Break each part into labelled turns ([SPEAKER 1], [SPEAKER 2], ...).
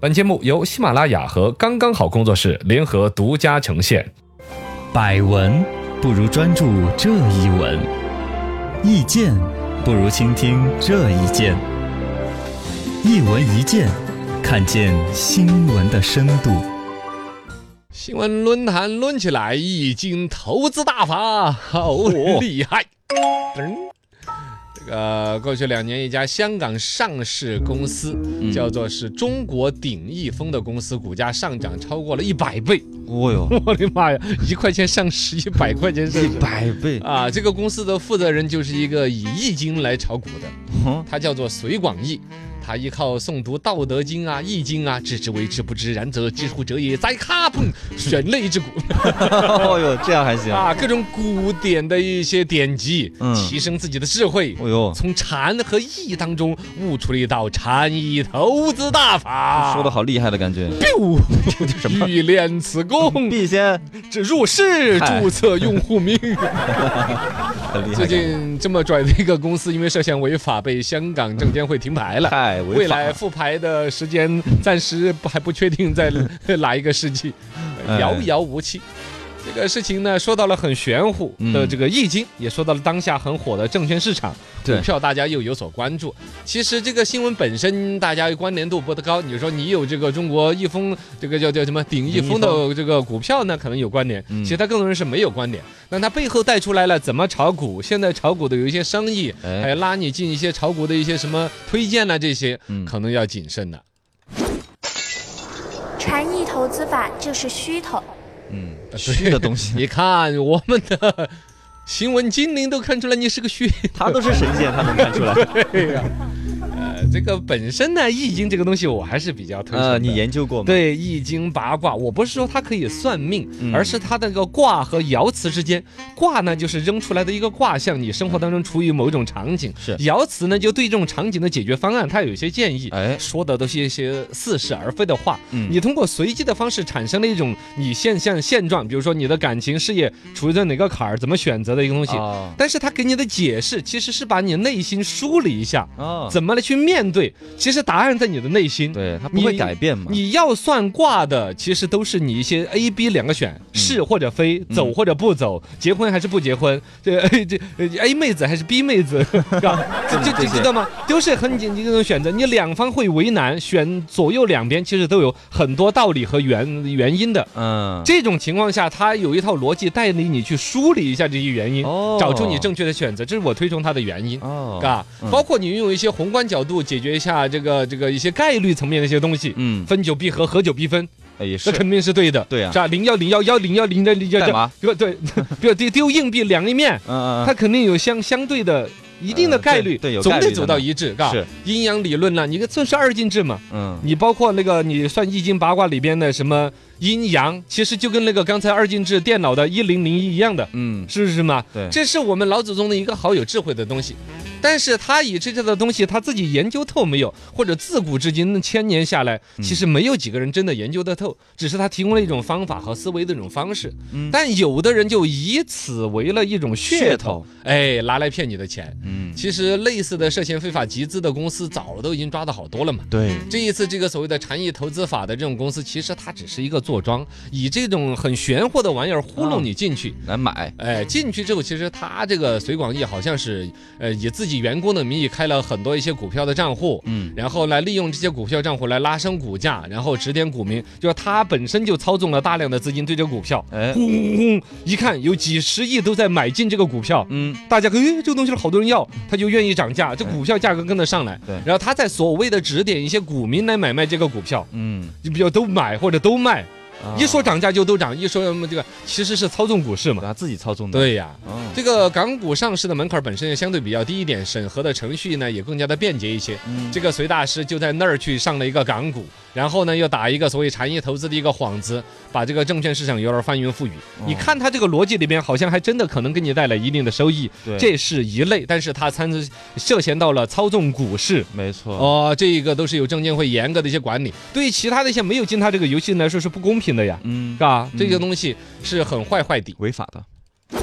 [SPEAKER 1] 本节目由喜马拉雅和刚刚好工作室联合独家呈现。
[SPEAKER 2] 百闻不如专注这一闻，意见不如倾听这一见。一闻一见，看见新闻的深度。
[SPEAKER 1] 新闻论坛论起来，易经投资大法好厉害。噔这个过去两年，一家香港上市公司，叫做是中国鼎益丰的公司，股价上涨超过了一百倍。
[SPEAKER 3] 哦哟，
[SPEAKER 1] 我的妈呀，一块钱上市，一百块钱上市
[SPEAKER 3] 一。百倍，
[SPEAKER 1] 啊，这个公司的负责人就是一个以易经来炒股的，
[SPEAKER 3] 哼
[SPEAKER 1] 他叫做隋广义。他依靠诵读《道德经》啊、《易经》啊，知之为知，不知然则知乎者也哉！咔砰，选了一 只股
[SPEAKER 3] 哦哟，这样还行，
[SPEAKER 1] 啊，各种古典的一些典籍，
[SPEAKER 3] 嗯
[SPEAKER 1] 提升自己的智慧，
[SPEAKER 3] 哦哟，
[SPEAKER 1] 从禅和易当中悟出了一道禅易投资大法。
[SPEAKER 3] 说的好厉害的感觉，什
[SPEAKER 1] 好，
[SPEAKER 3] 么
[SPEAKER 1] 欲练此功，
[SPEAKER 3] 必先
[SPEAKER 1] 这入室
[SPEAKER 3] 嗨
[SPEAKER 1] 注册用户名。
[SPEAKER 3] 很厉害
[SPEAKER 1] 最
[SPEAKER 3] 感觉，
[SPEAKER 1] 近这么拽的一个公司，因为涉嫌违法，被香港证监会停牌了。
[SPEAKER 3] 太
[SPEAKER 1] 未
[SPEAKER 3] 违法
[SPEAKER 1] 来
[SPEAKER 3] 了，
[SPEAKER 1] 复牌的时间暂时不还不确定， 在哪一个世纪，
[SPEAKER 3] 哎
[SPEAKER 1] 遥遥无期。这个事情呢，说到了很玄乎的
[SPEAKER 3] 嗯
[SPEAKER 1] 这个易经，也说到了当下很火的证券市场，股
[SPEAKER 3] 对
[SPEAKER 1] 票大家又有所关注。其实这个新闻本身大家关联度不高，你说你有这个中国易丰这个叫叫什么鼎易丰的这个股票呢，可能有关联，
[SPEAKER 3] 嗯
[SPEAKER 1] 其他更多人是没有关联。那它背后带出来了怎么炒股，现在炒股的有一些生意，
[SPEAKER 3] 哎
[SPEAKER 1] 还有拉你进一些炒股的一些什么推荐呐、这些，
[SPEAKER 3] 嗯
[SPEAKER 1] 可能要谨慎了。
[SPEAKER 4] 禅意投资法就是虚投，
[SPEAKER 3] 嗯，虚 的东西，
[SPEAKER 1] 呃你看我们的新闻精灵都看出来你是个虚
[SPEAKER 3] 他都是神仙，他能看出来，
[SPEAKER 1] 对呀、呃，这个本身呢，《易经》这个东西我还是比较推崇的。
[SPEAKER 3] 呃，你研究过吗？，
[SPEAKER 1] 对《易经》八卦，我不是说它可以算命，
[SPEAKER 3] 嗯
[SPEAKER 1] 而是它那个卦和爻辞之间，卦呢就是扔出来的一个卦象，你生活当中处于某种场景；
[SPEAKER 3] 是
[SPEAKER 1] 爻辞呢就对这种场景的解决方案，它有一些建议。
[SPEAKER 3] 哎，
[SPEAKER 1] 说的都是一些似是而非的话，
[SPEAKER 3] 嗯
[SPEAKER 1] 你通过随机的方式产生了一种你现象现状，比如说你的感情、事业处于在哪个坎儿，怎么选择的一个东西。
[SPEAKER 3] 哦
[SPEAKER 1] 但是他给你的解释其实是把你内心梳理一下，
[SPEAKER 3] 哦，
[SPEAKER 1] 怎么来去面对？其实答案在你的内心。
[SPEAKER 3] 对他不会
[SPEAKER 1] 你
[SPEAKER 3] 改变嘛，
[SPEAKER 1] 你要算卦的，其实都是你一些 A、B 两个
[SPEAKER 3] 嗯
[SPEAKER 1] 选，是或者非，走或者不走，结婚还是不结婚，这这呃 A 妹子还是 B 妹子， 是 吧
[SPEAKER 3] 这
[SPEAKER 1] 就
[SPEAKER 3] 这
[SPEAKER 1] 就
[SPEAKER 3] 些
[SPEAKER 1] 知道吗？都是很紧急这种选择，你两方会为难，选左右两边其实都有很多道理和原原因的。
[SPEAKER 3] 嗯，
[SPEAKER 1] 这种情况下，它有一套逻辑带领你去梳理一下这些原因，
[SPEAKER 3] 哦
[SPEAKER 1] 找出你正确的选择，这是我推崇它的原因。
[SPEAKER 3] 哦，
[SPEAKER 1] 啊，包括你用一些宏观角度解决一下这个这个一些概率层面的一些东西，
[SPEAKER 3] 嗯，
[SPEAKER 1] 分久必合，合久必分，
[SPEAKER 3] 哎也
[SPEAKER 1] 那
[SPEAKER 3] 是，
[SPEAKER 1] 肯定是对的，
[SPEAKER 3] 对啊
[SPEAKER 1] 是吧？零幺零幺幺零幺零的零幺
[SPEAKER 3] 代码，
[SPEAKER 1] 对对，比如丢丢硬币两一面，
[SPEAKER 3] 嗯
[SPEAKER 1] 它肯定有相相对的一定的
[SPEAKER 3] 呃
[SPEAKER 1] 概
[SPEAKER 3] 对
[SPEAKER 1] 率，
[SPEAKER 3] 对有
[SPEAKER 1] 总
[SPEAKER 3] 概
[SPEAKER 1] 得
[SPEAKER 3] 率
[SPEAKER 1] 走
[SPEAKER 3] 的
[SPEAKER 1] 到
[SPEAKER 3] 嘛
[SPEAKER 1] 一致，嘎
[SPEAKER 3] 是
[SPEAKER 1] 阴阳理论呐，你这是二进制嘛。
[SPEAKER 3] 嗯
[SPEAKER 1] 你包括那个，你算易经八卦里边的什么阴阳，其实就跟那个刚才二进制电脑的一零零一一样的，
[SPEAKER 3] 嗯嗯，
[SPEAKER 1] 是不是嘛？
[SPEAKER 3] 对
[SPEAKER 1] 这是我们老祖宗的一个好有智慧的东西。但是他以这这的东西，他自己研究透没有，或者自古至今千年下来，
[SPEAKER 3] 嗯
[SPEAKER 1] 其实没有几个人真的研究得透，只是他提供了一种方法和思维的一种方式。
[SPEAKER 3] 嗯
[SPEAKER 1] 但有的人就以此为了一种噱头
[SPEAKER 3] 噱头，
[SPEAKER 1] 哎，拿来骗你的钱。
[SPEAKER 3] 嗯，
[SPEAKER 1] 其实类似的涉嫌非法集资的公司，早都已经抓的好多了嘛。
[SPEAKER 3] 对，
[SPEAKER 1] 这一次这个所谓的禅意投资法的这种公司，其实它只是一个坐庄，以这种很玄乎的玩意儿糊
[SPEAKER 3] 啊
[SPEAKER 1] 弄你进去。
[SPEAKER 3] 来买，
[SPEAKER 1] 哎，进去之后，其实他这个隋广义好像是，呃，以自己员工的名义开了很多一些股票的账户，
[SPEAKER 3] 嗯，
[SPEAKER 1] 然后来利用这些股票账户来拉升股价，然后指点股民，就是他本身就操纵了大量的资金对这个股票，
[SPEAKER 3] 哎，
[SPEAKER 1] 轰轰轰，一看有几十亿都在买进这个股票，
[SPEAKER 3] 嗯，
[SPEAKER 1] 大家看，哎，这个东西好多人要，他就愿意涨价，这股票价格跟得上来，
[SPEAKER 3] 对
[SPEAKER 1] 然后他在所谓的指点一些股民来买卖这个股票，
[SPEAKER 3] 嗯，
[SPEAKER 1] 就比较都买或者都卖，
[SPEAKER 3] 啊
[SPEAKER 1] 一说涨价就都涨，一说什么这个其实是操纵股市嘛，
[SPEAKER 3] 他自己操纵的，，
[SPEAKER 1] 对呀、
[SPEAKER 3] 哦，
[SPEAKER 1] 这个港股上市的门槛本身也相对比较低一点，审核的程序呢也更加的便捷一些。
[SPEAKER 3] 嗯
[SPEAKER 1] 这个隋大师就在那儿去上了一个港股，然后呢又打一个所谓禅意投资的一个幌子，把这个证券市场有点翻云覆雨。
[SPEAKER 3] 哦
[SPEAKER 1] 你看他这个逻辑里边，好像还真的可能给你带来一定的收益，
[SPEAKER 3] 对
[SPEAKER 1] 这是一类，但是他参涉嫌到了操纵股市。
[SPEAKER 3] 没错，
[SPEAKER 1] 哦，这个都是有证监会严格的一些管理，对于其他的一些没有进他这个游戏来说是不公平的呀，
[SPEAKER 3] 嗯
[SPEAKER 1] 是，吧？这个东西是很坏坏的。
[SPEAKER 3] 违法的，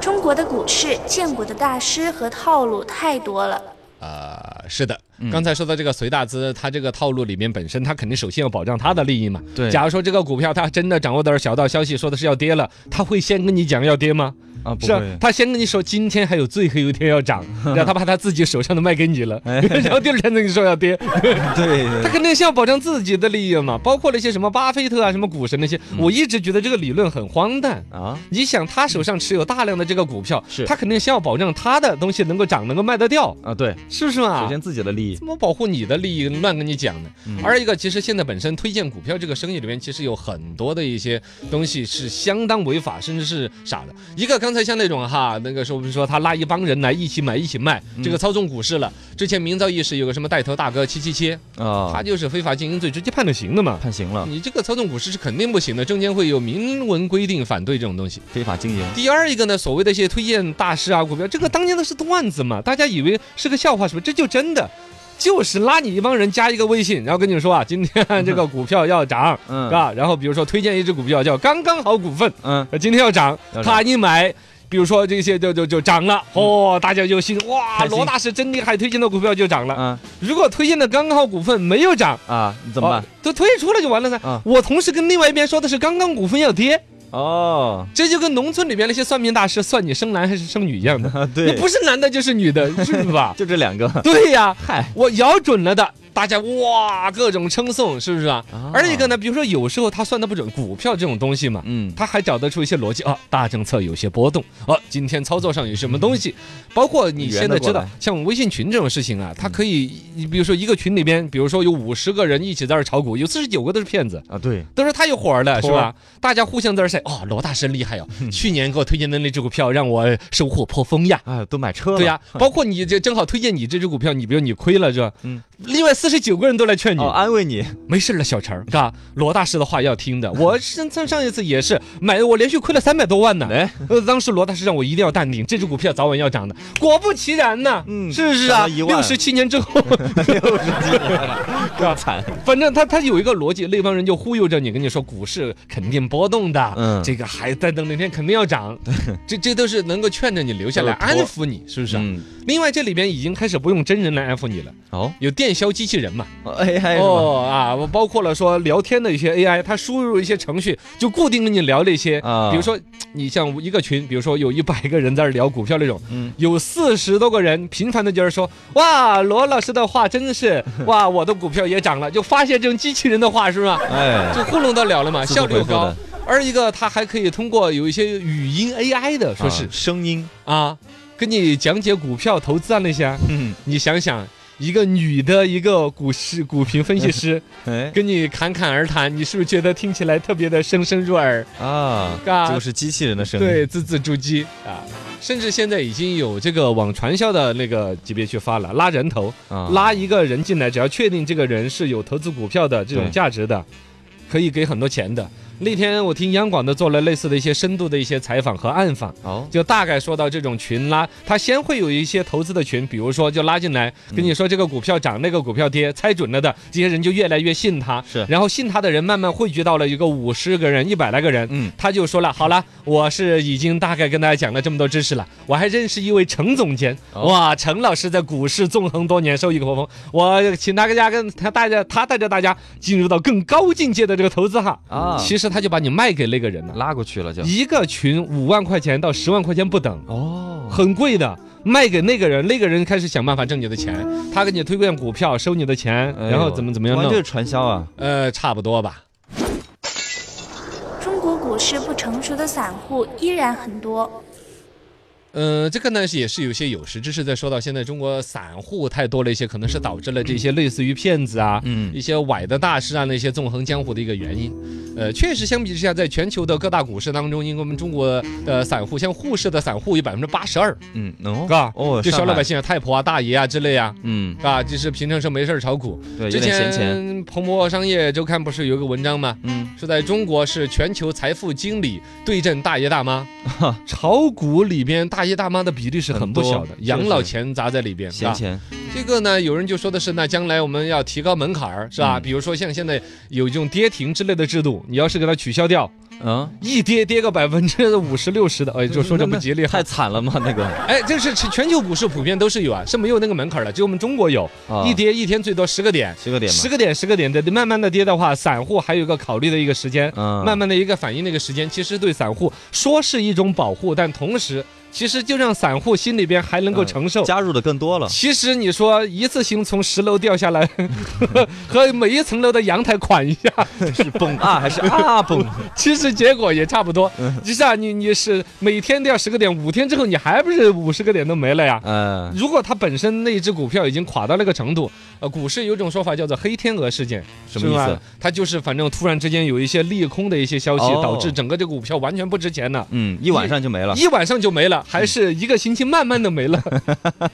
[SPEAKER 4] 中国的股市见过的大师和套路太多了，
[SPEAKER 1] 呃，是的，
[SPEAKER 3] 嗯
[SPEAKER 1] 刚才说的这个随大资，它这个套路里面本身，它肯定首先要保障它的利益嘛。
[SPEAKER 3] 对
[SPEAKER 1] 假如说这个股票它真的掌握到小道消息，说的是要跌了，它会先跟你讲要跌吗？
[SPEAKER 3] 啊，不
[SPEAKER 1] 是啊
[SPEAKER 3] 会，
[SPEAKER 1] 他先跟你说今天还有最后一天要 涨，然后他把他自己手上的卖给你了，
[SPEAKER 3] 哎
[SPEAKER 1] 然后第二天再跟你说要跌，
[SPEAKER 3] 对
[SPEAKER 1] 他
[SPEAKER 3] 对，
[SPEAKER 1] 肯定是要保障自己的利益嘛。包括那些什么巴菲特啊、什么股神那些，
[SPEAKER 3] 嗯
[SPEAKER 1] 我一直觉得这个理论很荒诞。
[SPEAKER 3] 啊，
[SPEAKER 1] 你想，他手上持有大量的这个股票，
[SPEAKER 3] 是
[SPEAKER 1] 他肯定先要保证他的东西能够涨，能够卖得掉，
[SPEAKER 3] 啊，对，
[SPEAKER 1] 是不是嘛？
[SPEAKER 3] 首先自己的利益，
[SPEAKER 1] 怎么保护你的利益？乱跟你讲呢
[SPEAKER 3] 嗯。
[SPEAKER 1] 二一个，其实现在本身推荐股票这个生意里面，其实有很多的一些东西是相当违法，甚至是傻的。一个刚才像那种哈，那个说我们说他拉一帮人来一起买一起卖，
[SPEAKER 3] 嗯
[SPEAKER 1] 这个操纵股市了。之前明造意识有个什么带头大哥七七七，
[SPEAKER 3] 啊
[SPEAKER 1] 他，就是非法经营罪直接判了刑的嘛。
[SPEAKER 3] 判刑了，
[SPEAKER 1] 你这个操纵股市是肯定不行的，证监会有明文规定反对这种东西。
[SPEAKER 3] 非法经营，
[SPEAKER 1] 第二一个呢，所谓的一些推荐大师啊，股票这个当年都是段子嘛，大家以为是个笑话，是不是？这就真的。就是拉你一帮人加一个微信，然后跟你说啊，今天这个股票要涨，
[SPEAKER 3] 嗯
[SPEAKER 1] 是吧？然后比如说推荐一只股票叫刚刚好股份，
[SPEAKER 3] 嗯，
[SPEAKER 1] 呃今天要涨，
[SPEAKER 3] 要涨
[SPEAKER 1] 他一买，比如说这些就就就涨了，
[SPEAKER 3] 嗯
[SPEAKER 1] 哦，大家就心哇，
[SPEAKER 3] 开心
[SPEAKER 1] 罗大师真厉害，推荐的股票就涨了。
[SPEAKER 3] 啊
[SPEAKER 1] 如果推荐的刚刚好股份没有涨，
[SPEAKER 3] 啊，你怎么
[SPEAKER 1] 哦
[SPEAKER 3] 办？？
[SPEAKER 1] 都退出了就完了噻。
[SPEAKER 3] 啊
[SPEAKER 1] 我同时跟另外一边说的是刚刚股份要跌，
[SPEAKER 3] 哦，
[SPEAKER 1] 这就跟农村里边那些算命大师算你生男还是生女一样的，
[SPEAKER 3] 啊，
[SPEAKER 1] 你
[SPEAKER 3] 对，？
[SPEAKER 1] 不是男的就是女的，是吧
[SPEAKER 3] 就这两个，
[SPEAKER 1] 对呀，
[SPEAKER 3] 嗨，
[SPEAKER 1] 我咬准了的，大家哇各种称颂，是不是啊
[SPEAKER 3] 啊？
[SPEAKER 1] 而一个呢，比如说有时候他算的不准，股票这种东西嘛。
[SPEAKER 3] 嗯，
[SPEAKER 1] 他还找得出一些逻辑啊，大政策有些波动啊，今天操作上有什么东西，啊包括你现在知
[SPEAKER 3] 圆得过
[SPEAKER 1] 道
[SPEAKER 3] 来，嗯
[SPEAKER 1] 像微信群这种事情啊，它可以，你比如说一个群里边，比如说有五十个人一起在这儿炒股，有四十九个都是骗子，
[SPEAKER 3] 啊，对，
[SPEAKER 1] 都是他有火儿了，是
[SPEAKER 3] 托
[SPEAKER 1] 吧？大家互相在这儿晒，哦，罗大师厉害哦，
[SPEAKER 3] 嗯
[SPEAKER 1] 去年给我推荐的那只股票让我收获颇丰呀。
[SPEAKER 3] 哎，都买车了，
[SPEAKER 1] 对呀、包括你这正好推荐你这只股票，你比如你亏了是吧？
[SPEAKER 3] 嗯
[SPEAKER 1] 另外四十九个人都来劝你，
[SPEAKER 3] 哦，安 慰你，
[SPEAKER 1] 没事了，小陈儿， 嘎，罗大师的话要听
[SPEAKER 3] 嗯
[SPEAKER 1] 的。我上上上一次也是买，我连续亏了三百多万呢。
[SPEAKER 3] 哎，
[SPEAKER 1] 呃，当时罗大师让我一定要淡定，这只股票早晚要涨的。果不其然呢，
[SPEAKER 3] 嗯
[SPEAKER 1] 是不是
[SPEAKER 3] 涨
[SPEAKER 1] 啊？
[SPEAKER 3] 到一万
[SPEAKER 1] 六十七年之后，
[SPEAKER 3] 又是今年，更惨，
[SPEAKER 1] 反正他他有一个逻辑，那帮人就忽悠着你，跟你说股市肯定波动的，
[SPEAKER 3] 嗯
[SPEAKER 1] 这个还在等哪天肯定要 涨，这这都是能够劝着你留下来
[SPEAKER 3] 都是
[SPEAKER 1] 安
[SPEAKER 3] 托
[SPEAKER 1] 抚你，是不是啊？
[SPEAKER 3] 嗯，
[SPEAKER 1] 另外这里边已经开始不用真人来安抚你了，
[SPEAKER 3] 哦，
[SPEAKER 1] 有电销机器人嘛，
[SPEAKER 3] 哎，还有什么
[SPEAKER 1] 哦啊，我包括了说聊天的一些 AI，它输入一些程序，就固定跟你聊那些，
[SPEAKER 3] 啊
[SPEAKER 1] 比如说你像一个群，比如说有一百个人在这聊股票那种，
[SPEAKER 3] 嗯
[SPEAKER 1] 有四十多个人频繁的就是说，哇，罗老师的话真的 是，哇，我的股票也涨了，就发现这种机器人的话是 吧？
[SPEAKER 3] 哎，
[SPEAKER 1] 就糊弄得了了嘛，
[SPEAKER 3] 自
[SPEAKER 1] 效
[SPEAKER 3] 动
[SPEAKER 1] 率又
[SPEAKER 3] 回复
[SPEAKER 1] 高
[SPEAKER 3] 的。
[SPEAKER 1] 而一个，它还可以通过有一些语音 AI 的，说是
[SPEAKER 3] 啊声音，
[SPEAKER 1] 啊，跟你讲解股票投资啊那些啊，
[SPEAKER 3] 嗯，
[SPEAKER 1] 你想想，一个女的，一个股市股评分析师。
[SPEAKER 3] 哎
[SPEAKER 1] 跟你侃侃而谈，你是不是觉得听起来特别的声声入耳？
[SPEAKER 3] 啊，
[SPEAKER 1] 嘎
[SPEAKER 3] 就是机器人的声音，
[SPEAKER 1] 对，字字珠玑啊。甚至现在已经有这个往传销的那个级别去发了，拉人头，
[SPEAKER 3] 啊，
[SPEAKER 1] 拉一个人进来，只要确定这个人是有投资股票的这种
[SPEAKER 3] 对
[SPEAKER 1] 价值的，可以给很多钱的。那天我听央广的做了类似的一些深度的一些采访和暗访，
[SPEAKER 3] 哦，
[SPEAKER 1] 就大概说到这种群拉，他先会有一些投资的群，比如说就拉进来，
[SPEAKER 3] 嗯
[SPEAKER 1] 跟你说这个股票涨，那个股票跌，猜准了的，这些人就越来越信他，
[SPEAKER 3] 是
[SPEAKER 1] 然后信他的人慢慢汇聚到了一个五十个人、一百来个人，
[SPEAKER 3] 嗯，
[SPEAKER 1] 他就说了，好了，我是已经大概跟大家讲了这么多知识了，我还认识一位程总监，
[SPEAKER 3] 哦
[SPEAKER 1] 哇，程老师在股市纵横多年，受益颇丰，我请大家跟他带着他带着大家进入到更高境界的这个投资哈，
[SPEAKER 3] 啊
[SPEAKER 1] 其实他就把你卖给那个人了。
[SPEAKER 3] 拉过去了就，
[SPEAKER 1] 一个群五万块钱到十万块钱不等，
[SPEAKER 3] 哦，
[SPEAKER 1] 很贵的，卖给那个人，那个人开始想办法挣你的钱，他给你推荐股票，收你的钱，
[SPEAKER 3] 哎
[SPEAKER 1] 哎然后怎么怎么样
[SPEAKER 3] 这是
[SPEAKER 1] 弄，
[SPEAKER 3] 传销啊，
[SPEAKER 1] 呃，差不多吧。
[SPEAKER 4] 中国股市不成熟的散户依然很多，
[SPEAKER 1] 呃，这个呢是也是有些有识之士在说到现在中国散户太多了一些，可能是导致了这些类似于骗子啊，
[SPEAKER 3] 嗯
[SPEAKER 1] 一些歪的大师啊那些纵横江湖的一个原因。呃，确实相比之下，在全球的各大股市当中，因为我们中国的散户，像沪市的散户有百分之八十二，
[SPEAKER 3] 嗯，能
[SPEAKER 1] 嘎，
[SPEAKER 3] 哦，
[SPEAKER 1] 就小
[SPEAKER 3] 上
[SPEAKER 1] 老百
[SPEAKER 3] 海，
[SPEAKER 1] 姓啊、太婆啊、大爷啊之类啊，
[SPEAKER 3] 嗯，
[SPEAKER 1] 啊，就是平常时候没事儿炒股。
[SPEAKER 3] 对，有
[SPEAKER 1] 之
[SPEAKER 3] 点闲
[SPEAKER 1] 前
[SPEAKER 3] 钱，
[SPEAKER 1] 《彭博商业周刊》不是有个文章吗？
[SPEAKER 3] 嗯，
[SPEAKER 1] 说在中国是全球财富经理对阵大爷大 妈，炒股里边大爷大妈的比例是很不小的
[SPEAKER 3] 很，多
[SPEAKER 1] 养老钱砸在里边，
[SPEAKER 3] 闲
[SPEAKER 1] 是吧
[SPEAKER 3] 钱，
[SPEAKER 1] 这个呢，有人就说的是，那将来我们要提高门槛儿，是
[SPEAKER 3] 嗯
[SPEAKER 1] 吧？比如说像现在有这种跌停之类的制度，你要是给它取消 掉，
[SPEAKER 3] 嗯，
[SPEAKER 1] 一跌跌个百分之五十六十的，哎，就说这不吉利
[SPEAKER 3] 太
[SPEAKER 1] 哈。
[SPEAKER 3] 惨了嘛，那个
[SPEAKER 1] 哎，这是全球股市普遍都是有啊，是没有那个门槛儿的，只有我们中国有，
[SPEAKER 3] 啊
[SPEAKER 1] 一跌一天最多十个点。
[SPEAKER 3] 十个点嘛，
[SPEAKER 1] 十个点，十个点的，慢慢的跌的话，散户还有一个考虑的一个时间，
[SPEAKER 3] 嗯
[SPEAKER 1] 慢慢的一个反应的一个时间，其实对散户说是一种保护，但同时其实就让散户心里边还能够
[SPEAKER 3] 嗯
[SPEAKER 1] 承受。
[SPEAKER 3] 加入的更多了，
[SPEAKER 1] 其实你说一次性从十楼掉下 来，和每一层楼的阳台款一下，
[SPEAKER 3] 是蹦啊还是啊蹦？
[SPEAKER 1] 其实结果也差不多。
[SPEAKER 3] 嗯
[SPEAKER 1] 就像你你是每天掉十个点，五天之后你还不是五十个点都没了呀？
[SPEAKER 3] 嗯，
[SPEAKER 1] 如果它本身那一只股票已经垮到那个程度，呃，股市有一种说法叫做“黑天鹅事件”，
[SPEAKER 3] 什么意思
[SPEAKER 1] 是吧？它就是反正突然之间有一些利空的一些消息，
[SPEAKER 3] 哦
[SPEAKER 1] 导致整个这个股票完全不值钱了。
[SPEAKER 3] 嗯，一晚上就没了，
[SPEAKER 1] 一晚上就
[SPEAKER 3] 嗯
[SPEAKER 1] 没了，还是一个星期慢慢的没 了，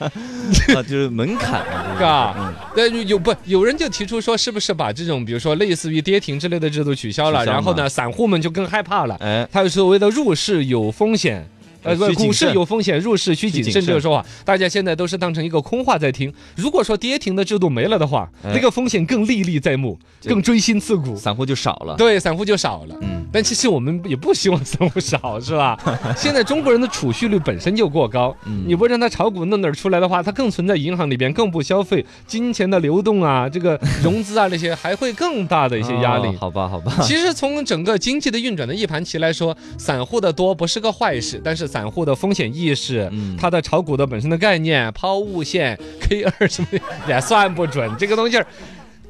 [SPEAKER 3] 啊，就是门槛啊，
[SPEAKER 1] 是吧？那有有不有人就提出说，是不是把这种比如说类似于跌停之类的制度取消了，
[SPEAKER 3] 取消嘛
[SPEAKER 1] 然后呢，散户们就更害怕了？
[SPEAKER 3] 哎，
[SPEAKER 1] 他有所谓的入市有风险。呃，不
[SPEAKER 3] 需，谨
[SPEAKER 1] 股市
[SPEAKER 3] 慎
[SPEAKER 1] 有风险，入市需谨
[SPEAKER 3] 需谨
[SPEAKER 1] 慎
[SPEAKER 3] 慎
[SPEAKER 1] 这个说法，大家现在都是当成一个空话在听。如果说跌停的制度没了的话，
[SPEAKER 3] 哎
[SPEAKER 1] 那个风险更历历在目，
[SPEAKER 3] 就
[SPEAKER 1] 更锥心刺骨，
[SPEAKER 3] 散户就少了，
[SPEAKER 1] 对散户就少了。
[SPEAKER 3] 嗯，
[SPEAKER 1] 但其实我们也不希望散户少，是 吧？现在中国人的储蓄率本身就过高，
[SPEAKER 3] 嗯
[SPEAKER 1] 你不让他炒股弄哪儿出来的话，他更存在银行里边，更不消费，金钱的流动啊，这个融资啊那些，还会更大的一些压力
[SPEAKER 3] 哦。好吧，好吧，
[SPEAKER 1] 其实从整个经济的运转的一盘棋来说，散户的多不是个坏事，但是散户的风险意识，
[SPEAKER 3] 嗯
[SPEAKER 1] 他的炒股的本身的概念、抛物线、K 二什么的也算不准，这个东西儿。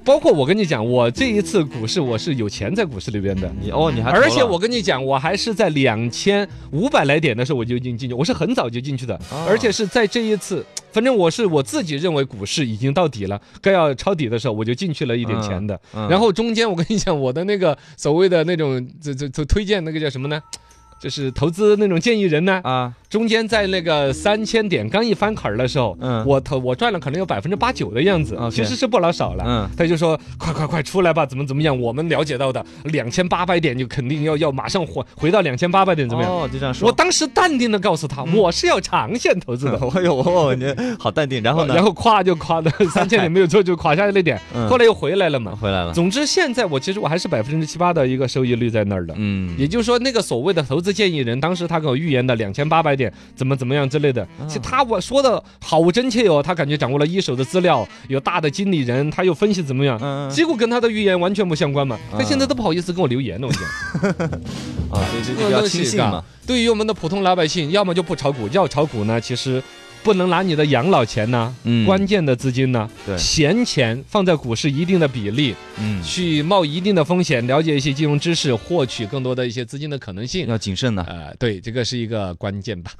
[SPEAKER 1] 包括我跟你讲，我这一次股市我是有钱在股市里边的，
[SPEAKER 3] 你哦，你还投了，
[SPEAKER 1] 而且我跟你讲，我还是在两千五百来点的时候我就已经进去，我是很早就进去的，
[SPEAKER 3] 啊
[SPEAKER 1] 而且是在这一次，反正我是我自己认为股市已经到底了，该要抄底的时候我就进去了一点钱的。
[SPEAKER 3] 嗯
[SPEAKER 1] 然后中间我跟你讲，我的那个所谓的那种这这这推荐那个叫什么呢？就是投资那种建议人呢，
[SPEAKER 3] 啊，
[SPEAKER 1] 中间在那个三千点刚一翻坎儿的时候，
[SPEAKER 3] 嗯
[SPEAKER 1] 我投我赚了可能有百分之八九的样子，
[SPEAKER 3] OK
[SPEAKER 1] 其实是不老少了。
[SPEAKER 3] 嗯
[SPEAKER 1] 他就说快快快出来吧，怎么怎么样？我们了解到的两千八百点就肯定要要马上回回到两千八百点怎么样？
[SPEAKER 3] 哦，就嗯这样说
[SPEAKER 1] 我。当时淡定的告诉他，我是要长线投资的。
[SPEAKER 3] 哎呦， 我你好淡定。然后 呢？
[SPEAKER 1] 然后咵就垮的三千点没有做就垮下来了一点，
[SPEAKER 3] 嗯
[SPEAKER 1] 后来又回来了嘛。
[SPEAKER 3] 回来了。
[SPEAKER 1] 总之现在我其实我还是百分之七八的一个收益率在那儿的。
[SPEAKER 3] 嗯，
[SPEAKER 1] 也就是说，那个所谓的投资建议人，当时他给我预言的两千八百点怎么怎么样之类的，
[SPEAKER 3] 啊
[SPEAKER 1] 其实他我说的好真切哦，他感觉掌握了一手的资料，有大的经理人，他又分析怎么样，
[SPEAKER 3] 嗯
[SPEAKER 1] 结果跟他的预言完全不相关嘛，他
[SPEAKER 3] 嗯
[SPEAKER 1] 现在都不好意思跟我留言了，我讲
[SPEAKER 3] 啊，所以这
[SPEAKER 1] 这
[SPEAKER 3] 就比
[SPEAKER 1] 个
[SPEAKER 3] 较
[SPEAKER 1] 东
[SPEAKER 3] 轻
[SPEAKER 1] 西
[SPEAKER 3] 信嘛
[SPEAKER 1] 啊。， 对于我们的普通老百姓，要么就不炒股，要炒股呢，其实。不能拿你的养老钱呐、
[SPEAKER 3] 嗯
[SPEAKER 1] 关键的资金呐、
[SPEAKER 3] 对
[SPEAKER 1] 闲钱放在股市一定的比例，
[SPEAKER 3] 嗯，
[SPEAKER 1] 去冒一定的风险，了解一些金融知识，获取更多的一些资金的可能性。
[SPEAKER 3] 要谨慎呢。
[SPEAKER 1] 呃，对，这个是一个关键吧。